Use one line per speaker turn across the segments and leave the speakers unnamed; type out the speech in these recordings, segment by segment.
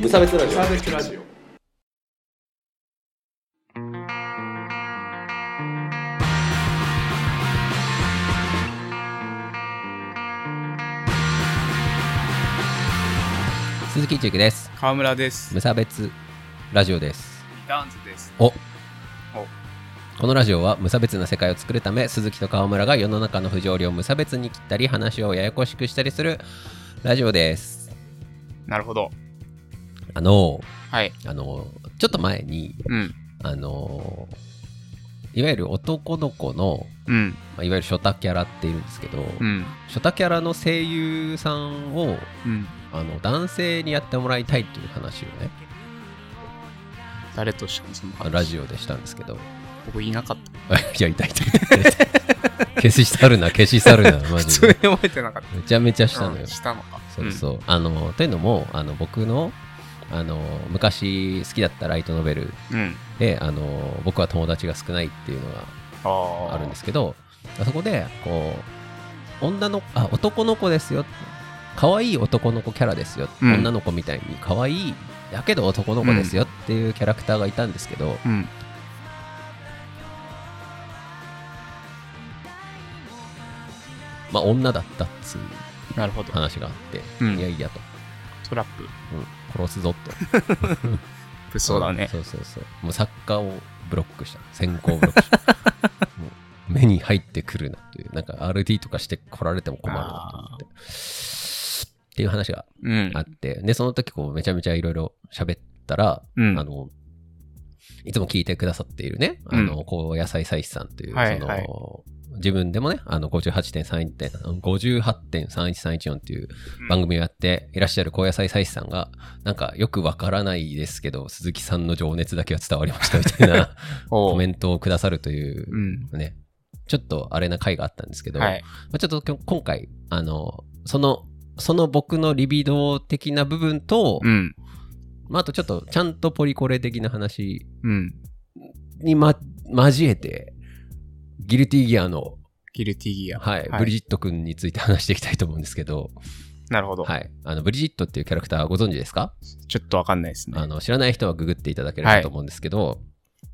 無差別ラジオ
サーベスラジオ
鈴木一之です
川村です
無差別ラジオです
ダンズです
おこのラジオは無差別な世界を作るため鈴木と川村が世の中の不条理を無差別に切ったり話をややこしくしたりするラジオです
なるほど
あの
はい
あのちょっと前に
うん
あのいわゆる男の子の、
うん
まあ、いわゆるショタキャラっていうんですけど、
うん
ショタキャラの声優さんを
うん
あの男性にやってもらいたいという話をね
誰としたのその話
あのラジオでしたんですけど
僕いなかった
いや痛い痛い消し去るな消し去る なマ
普
ジ
通
で
に覚えてなかっ
めちゃめちゃ
た
したのよ
うん。したのか
そうそう。あのというのもあの僕のあの昔好きだったライトノベル
うん、うん、
であの僕は友達が少ないっていうのが
あ
あるんですけどそこでこう女のあ男の子ですよ可愛い男の子キャラですよ、
うん
女の子みたいに可愛いだけど男の子ですよっていうキャラクターがいたんですけど、
うん
まあ女だったっつう
なるほど
話があって、
うん
いやいやと、
トラップ
うん、殺すぞと
物騒だね
そうそうそう。もう作家をブロックした。先行ブロックした。もう目に入ってくるなという。なんか RD とかして来られても困るなと思って。っていう話が
うん
あって、で、その時こうめちゃめちゃいろいろ喋ったら、
うん
あの、いつも聞いてくださっているね、あの、高野菜採取さんという、
はい
そ
は
の、自分でもね、あの、58.31.、58.3134っていう番組をやっていらっしゃる高野菜採取さんが、なんかよくわからないですけど、鈴木さんの情熱だけは伝わりましたみたいなコ
お
メ
う
ントをくださるという
う、ん
ね、ちょっとあれな回があったんですけど、
はい
まあ、ちょっと今日今回、あの、その、その僕のリビドー的な部分と、
うん
まあ、あとちょっとちゃんとポリコレ的な話
うん
に、ま、交えて、ギルティギアの、
ギルティギア
はい、ブリジット君について話していきたいと思うんですけど、
なるほど、
はい、あのブリジットっていうキャラクターご存知ですか、
ちょっとわかんないですね
あの知らない人はググっていただければと思うんですけど、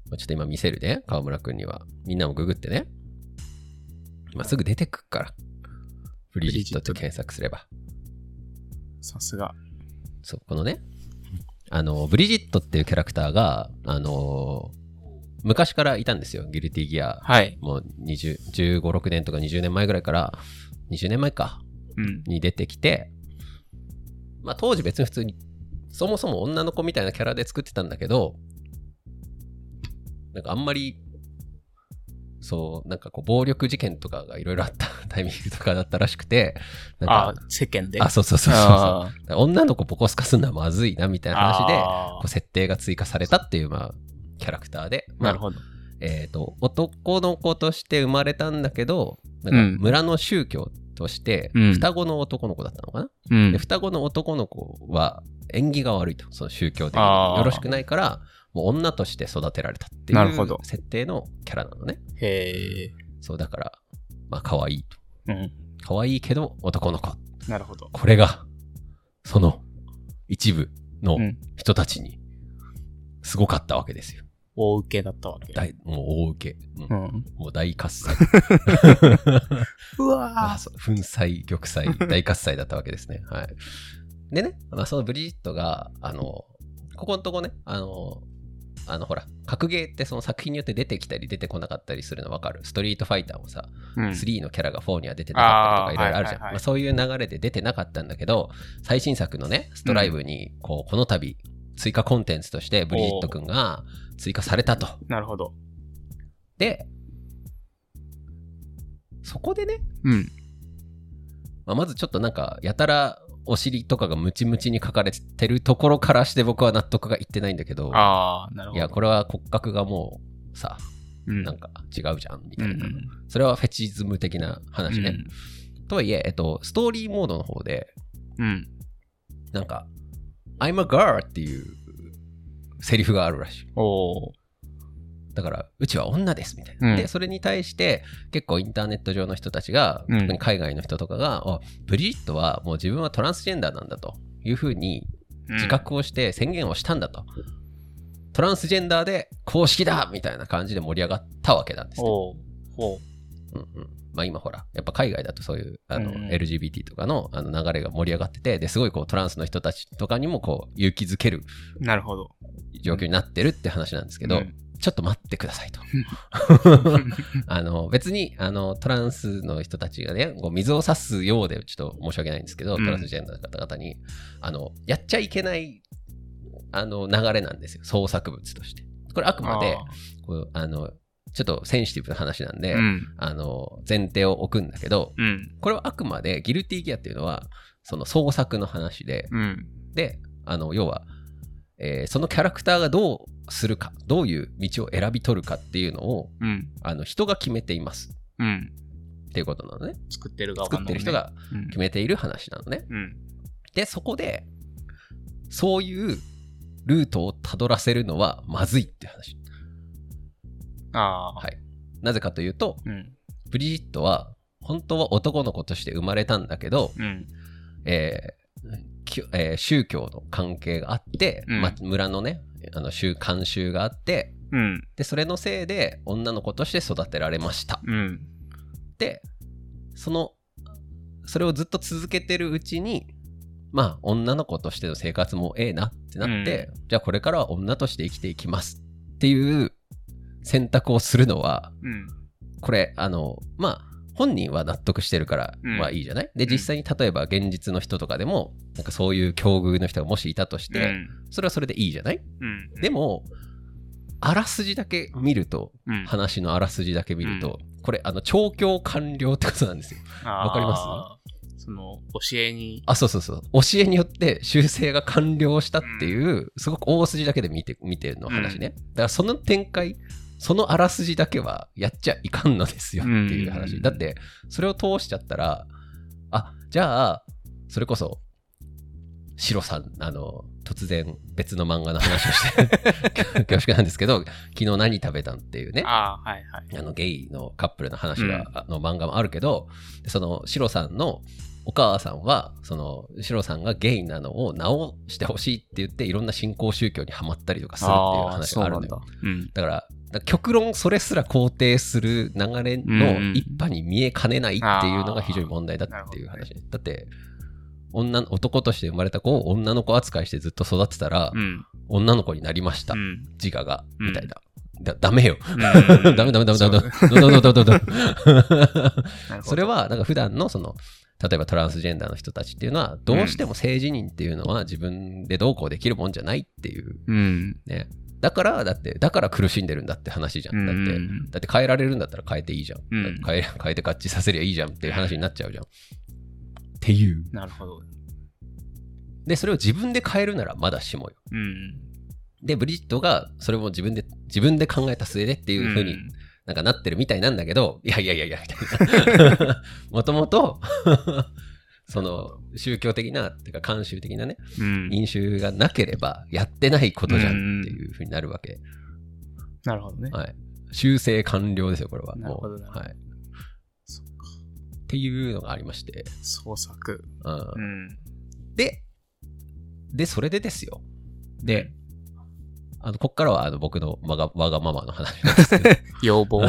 まあちょっと今見せるね、川村君には。みんなもググってね。今すぐ出てくっから。ブリジットって検索すれば。
さすが
そう、このね、あの、ブリジットっていうキャラクターが、あのー昔からいたんですよ、ギルティギア。
はい
もう20 15、6年とか20年前ぐらいから、20年前か、
うん
に出てきて、まあ当時別に普通に、そもそも女の子みたいなキャラで作ってたんだけど、なんかあんまり、そう、なんかこう暴力事件とかがいろいろあった タイミングとかだったらしくて、なん
あ
か、
世間で
あ、
そ
そうそうそうそうそう。女の子ボコスカすんのはまずいなみたいな話で、こう設定が追加されたっていう、まあ、キャラクターで、ま
な
あ
るほど
えー、と男の子として生まれたんだけど、な
うんん
か村の宗教として、
うん
双子の男の子だったのかな、
うん
で双子の男の子は縁起が悪いと、その宗教的に
あー
よろしくないから、もう女として育てられたってい
なるほ
う
ど
設定のキャラなのね。
へえ
そうだから、まあ、可愛いと。
うん
可愛いけど男の子。
なるほど
これが、その一部の
うん
人たちに、すごかったわけですよ。
大受けだったわけ
大もう大受け。うん
うん
もう大喝 采。
う
あ
わ
そう粉砕、玉 砕、大喝采だったわけですね。はい。でね、まあ、そのブリジットが、あの、ここのとこね、あの、あのほら、格ゲーってその作品によって出てきたり出てこなかったりするの分かる。ストリートファイターもさ、
うん
3のキャラが4には出てなかったりとかいろいろあるじ
あーはいは
ゃん。
いはい
まあ、そういう流れで出てなかったんだけど、最新作のね、ストライブに、こう、この度、追加コンテンツとして、ブリジットくんが追加されたと。
なるほど
で、そこでね、
うん
まあ、まずちょっとなんか、やたら、お尻とかがムチムチに書かれてるところからして僕は納得がいってないんだけど、
ああなるほ
い
ど
や、これは骨格がもうさ、
うん
なんか違うじゃん、み
う
たい
ん
な。それはフェチズム的な話ね。とはいえ、えっと、ストーリーモードの方で、
うんうん
なんか、I'm a girl っていうセリフがあるらしい。
おー
だから、うちは女ですみたいな。
うん
で、それに対して、結構インターネット上の人たちが、
うん
特に海外の人とかが、あブリジットはもう自分はトランスジェンダーなんだというふうに
うん
自覚をして宣言をしたんだと、トランスジェンダーで公式だみたいな感じで盛り上がったわけなんですね。
おうおう
うんうんまあ、今ほらやっぱ海外だとそういうあの
うんうん
LGBT とかのあの流れが盛り上がっててですごいこうトランスの人たちとかにもこう勇気づける
なるほど。
状況になってるって話なんですけ
け
ど、 ちょっと待ってくだ さいと。あの別にあのトランスの人たちがねこう水を差すようでちょっと申し訳ないんですけど、
うん
トランスジェンダーの方々にあのやっちゃいけないあの流れなんですよ創作物として。これあくまでこうあのちょっとセンシティブな話なんで、
うん。
あの前提を置くんだけど
うん。
これはあくまでギルティギアっていうのはその創作の話で、
うん。
であの要は、えーそのキャラクターがどうするかどういう道を選び取るかっていうのを
うん。
あの人が決めています
うん。
っていうことなのね
作ってる側のね
作ってる人。が
うん
決めている話なのね
うん。
でそこでそういうルートをたどらせるのはまずいって話
ああ。
はいなぜかというと
うん。
ブリジットは本当は男の子として生まれたんだけど、
うん。
えーきゅえー宗教の関係があって、
うん
ま村のねあの習慣習があって
うん。
でそれのせいで女の子として育てられました
うん。
でそのそれをずっと続けてるうちにまあ女の子としての生活もええなってなって、じゃあこれからは女として生きていきますっていう選択をするのは
うん。
これあのまあ本人は納得してるから
うん
まあいいじゃない、で
うん
実際に例えば現実の人とかでもなんかそういう境遇の人がもしいたとして、
うん
それはそれでいいじゃない、
うん。
でもあらすじだけ見ると
うん、
話のあらすじだけ見ると、これあの調教完了ってことなんですよ
わ
わかります
すその、教えに。
あそうそうそう教えによって修正が完了したっていう、すごく大筋だけで見て見てるの話ね、だからその展開そのあらすじだけはやっちゃいかんのですよっていう話、
うん
だってそれを通しちゃったらあじゃあそれこそシロさんあの突然別の漫画の話をして恐縮なんですけど昨日何食べたんっていうね
ああ、はいはい。
あのゲイのカップルの話が、あの漫画もあるけどでそのシロさんのお母さんはそのシロさんがゲイなのを直してほしいって言っていろんな信仰宗教にはまったりとかするっていう話があるのよだ
あーそうなんだ。
からだから極論それすら肯定する流れの一派に見えかねないっていうのが非常に問題だっていう
あーなる
話、だって女の男として生まれた子を女の子扱いしてずっと育てたら、
うん。うん。
女の子になりました、
うん。
自我が
うん
みたいな、だダメよ
うん
ダメダメダメダメダメ
そう
ダメダメダメダメダメ
なるほど
それはなんか普段のその例えばトランスジェンダーの人たちっていうのはどうしても性自認っていうのは自分でどうこうできるもんじゃないっていう
うん。
ねだからだってだから苦しんでるんだって話じゃんだっ
う
て
ん
だって変えられるんだったら変えていいじゃん
うん
だって変え 変えて合致させりゃいいじゃんっていう話になっちゃうじゃんっていう
なるほど。
でそれを自分で変えるならまだしもよ
うん。
でブリジットがそれも自分で自分で考えた末でっていうふうに
ん
なんかなってるみたいなんだけど、いやいやいやいや、みたいな。 もともと、その宗教的な、っていうか慣習的なね、
うん。
飲酒がなければやってないことじゃんっていうふうになるわけ。
なるほどね。
はい。修正完了ですよ、これは。
なるほど
もう
なるほど
はい。
そっか
っていうのがありまして。
創作。
うん
うん。
で、で、それでですよ。で、あの、こっからは、あの、僕のわが、わがままの話なんですけど
要望。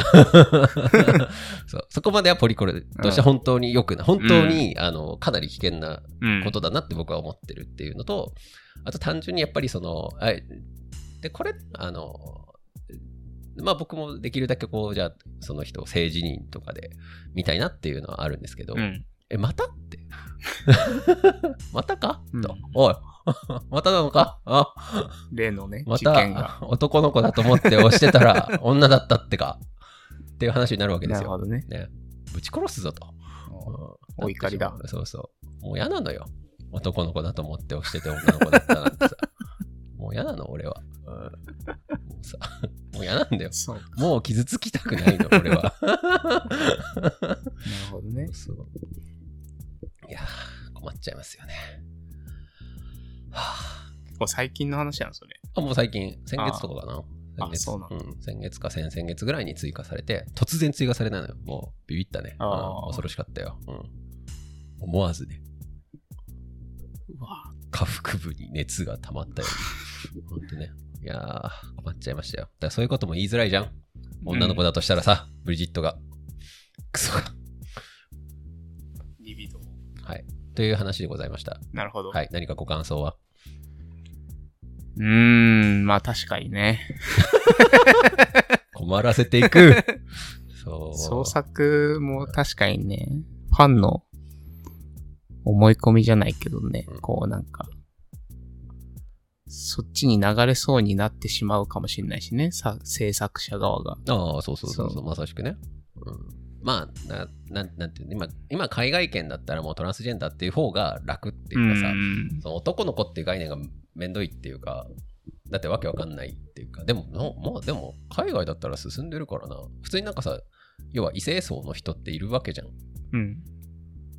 そうそこまではポリコレとして本当に良くない、本当に、あのかなり危険な
うん
ことだなって僕は思ってるっていうのと、あと単純にやっぱりその、はい、でこれあのまあ僕もできるだけこうじゃあその人を政治人とかで見たいなっていうのはあるんですけど、
うん。
えまたって またか、
うん
とおい またなのかあ
例のね、
ま
事件が。
た男の子だと思って押してたら女だったってかっていう話になるわけで
な
す
る
よ
ほどね。
ね、ぶち殺すぞと。
お怒りだ。
そうそう。もう嫌なのよ。男の子だと思って押してて女の子だったなんてさ。 もう嫌なの、俺は。もうさ、 もう嫌なんだよ。
そう。な
もう傷つきたくない の、俺は。
るほどね。
そういやー、困っちゃいますよね。は
結構最近の話なの、それ。
あ、あもう最近、先月とかかな。
あ
先月
そうなんだ
ん先月か先々月ぐらいに追加されて、突然追加されないのよ。もうビビったね。
あー
うん恐ろしかったよ。うん、思わずね。
うわ
下腹部に熱が溜まったように。 ほんとね。いやー、困っちゃいましたよ。だからそういうことも言いづらいじゃん。女の子だとしたらさ、ブリジットが。クソが。
リビドー。
という話でございました。
なるほど。
はい。何かご感想は
うーん、まあ確かにね。
困らせていく そう。
創作も確かにね、ファンの思い込みじゃないけどね
うん、
こうなんか、そっちに流れそうになってしまうかもしれないしね、さ制作者側が。
ああ、そうそうそうそう
そう
まさしくね。うんまあ、ななんなんていうの今、今海外圏だったらもうトランスジェンダーっていう方が楽っていうかさ、
ん
その男の子っていう概念がめんどいっていうか、だってわけわかんないっていうか、でも、なまあでも、海外だったら進んでるからな。普通になんかさ、要は異性層の人っているわけじゃん。
うん。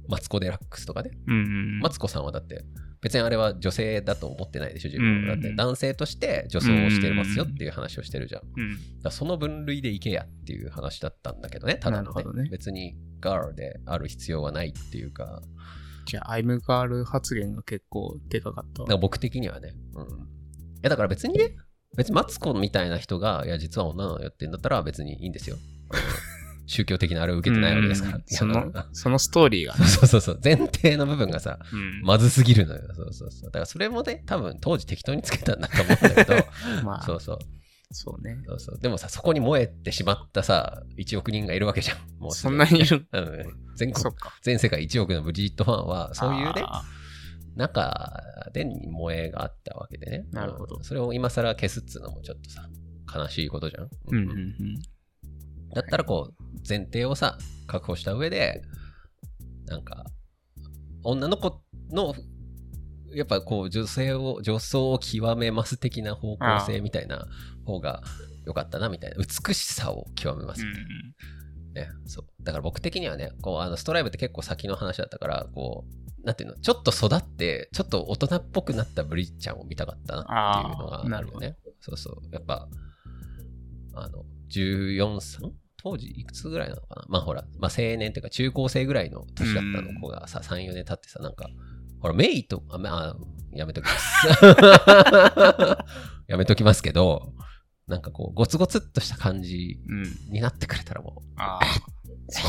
マツコ・デラックスとかね。
うん。
マツコさんはだって、別にあれは女性だと思ってないでしょ、自
う
分
ん
は。だって男性として女装をしてますよっていう話をしてるじゃん。
うん。
だからその分類でいけやっていう話だったんだけどね、ただの
なるほどね
別にガールである必要はないっていうか、
じゃあ、アイムガール発言が結構でかかった
だ
わ
から僕的にはね、うん。いやだから別にね、別にマツコみたいな人が、いや、実は女なのよって言うんだったら別にいいんです よ。うん宗教的なあれを受けてないわけですから。
うん
いや
その、そのストーリー が。
そうそうそう、前提の部分がさ、
うん
まずすぎるのよ。そうそうそう。だからそれもね、多分当時適当につけたんだと思うんだけど、
ま あ、
そうそう。
そうね。
そうそうでもさ、そこに燃えてしまったさ、1億人がいるわけじゃん。もうす
そ
で
んなにいる。
うん、全
そ
国
っか。
全世界1億のブリジットファンは、そういうね、
あ
中で萌えがあったわけでね。
なるほど
うんそれを今更消すっつうのもちょっとさ、悲しいことじゃん。
ー。うんうんうん。
だったらこう、前提をさ、確保した上で、なんか、女の子の、やっぱこう、女性を、女装を極めます的な方向性みたいな方が良かったな、みたいな。美しさを極めますみたいな。ね、そうだから僕的にはねこうあのストライブって結構先の話だったからこうなんていうのちょっと育ってちょっと大人っぽくなったブリちゃんを見たかったなっていうの
あー
が
な
あ
る
る
ほ
よねそうそうやっぱあの14歳当時いくつぐらいなのかなまあほら、まあ、青年っていうか中高生ぐらいの年だったの子がさ34年経ってさなんかほらメイとあ、まあ、やめときます やめときますけどなんかこうゴツゴツっとした感じ
うんうん。
になってくれたらもう
ああ、
そ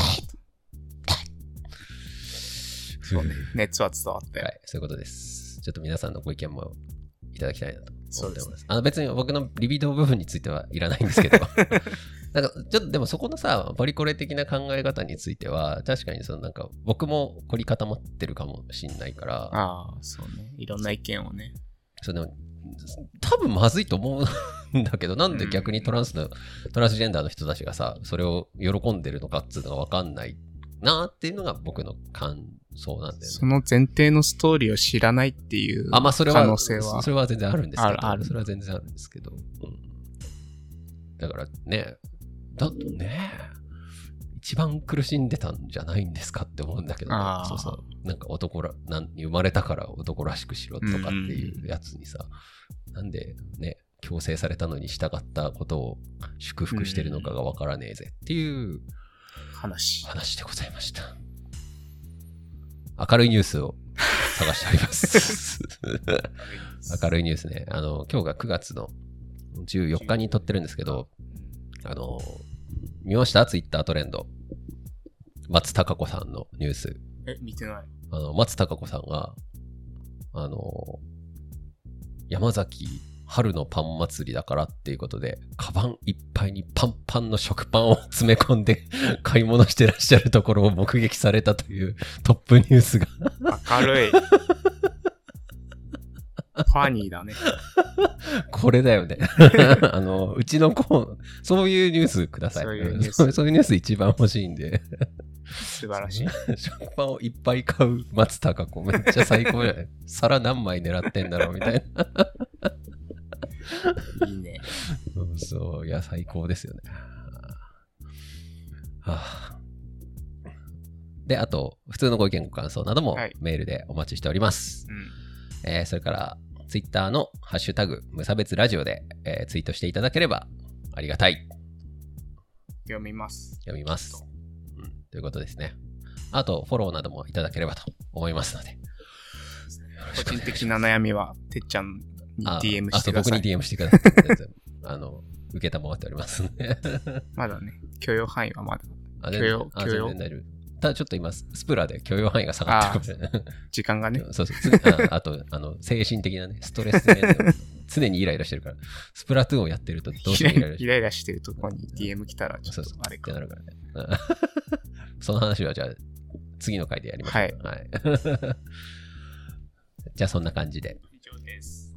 うね。
熱は伝わった
は
よ。
い、そういうことです。ちょっと皆さんのご意見もいただきたいなと
そ
思っ
う
て
で
おり
す
ます。あの別に僕のリビドー部分についてはいらないんですけど、 なんかちょっとでもそこのさ、バリコレ的な考え方については、確かにそのなんか僕も凝り固まってるかもしんないから、
ああ、そうね。いろんな意見をね。
その多分まずいと思うんだけど、なんで逆にトランスの、トランスジェンダーの人たちがさ、それを喜んでるのかっていうのがわかんないなーっていうのが僕の感想なんだよね。
その前提のストーリーを知らないっていう
あ、まあ、それは、
可能性は
そそれは全然あるんですけど、
あるある
それは全然あるんですけど、うんだからね、だとね、一番苦しんでたんじゃないんですかって思うんだけどね、
あー
そうそう、なんか男ら、なん生まれたから男らしくしろとかっていうやつにさ、なんでね、強制されたのに従ったことを祝福してるのかがわからねえぜっていう
話。
話でございました。明るいニュースを探してお ります。明るいニュースね。あの、今日が9月の14日に撮ってるんですけど、あの、見ましたツイッタートレンド。松たか子さんのニュース。
え、見てない。
あの、松たか子さんが、あの、山崎春のパン祭りだからっていうことで、カバンいっぱいにパンパンの食パンを詰め込んで買い物してらっしゃるところを目撃されたというトップニュースが
明るい。ファニーだね。
これだよ ね。あの、うちの子、そういうニュースください。
そういうニュース
うん そういうニュース一番欲しいんで。
素晴らしい。
食パンをいっぱい買う松たか子、めっちゃ最高じ ゃない皿何枚狙ってんだろうみたいな。
いいね。
うんそう、いや、最高ですよね。はあで、あと、普通のご意見、ご感想なども
はい
メールでお待ちしております。
うん。
えーそれから、ツイッターのハッシュタグ、無差別ラジオで、えーツイートしていただければありがたい。
読みます。
読みます。うん、ということですね。あと、フォローなどもいただければと思いますので、よろ
個人的な悩みは、てっちゃんに
あ
DM
あ
して
そう
くだ
僕
さ
に
い。
DM してください。全然 あの、受けたまわっておりますんで。
まだね、許容範囲はまだ、
あ
許容
あ
許容
全然大丈夫。ただちょっと今、スプラで許容範囲が下がってるかもしれない。
時間がね、
そうそう。つああと、あの、精神的なね、ストレス面でも 常にイライラしてるから、スプラトゥーンをやってるとどうし
イ
て
ラ
も
イ
イライラして
イライラしてるとこに DM 来たら、ちょ
そ
っ
う
と
そう
あれ
ってな
か。
るからね。うん その話はじゃあ、次 の回でやりましょう。はい。じゃあ、そんな感じで。
以上です。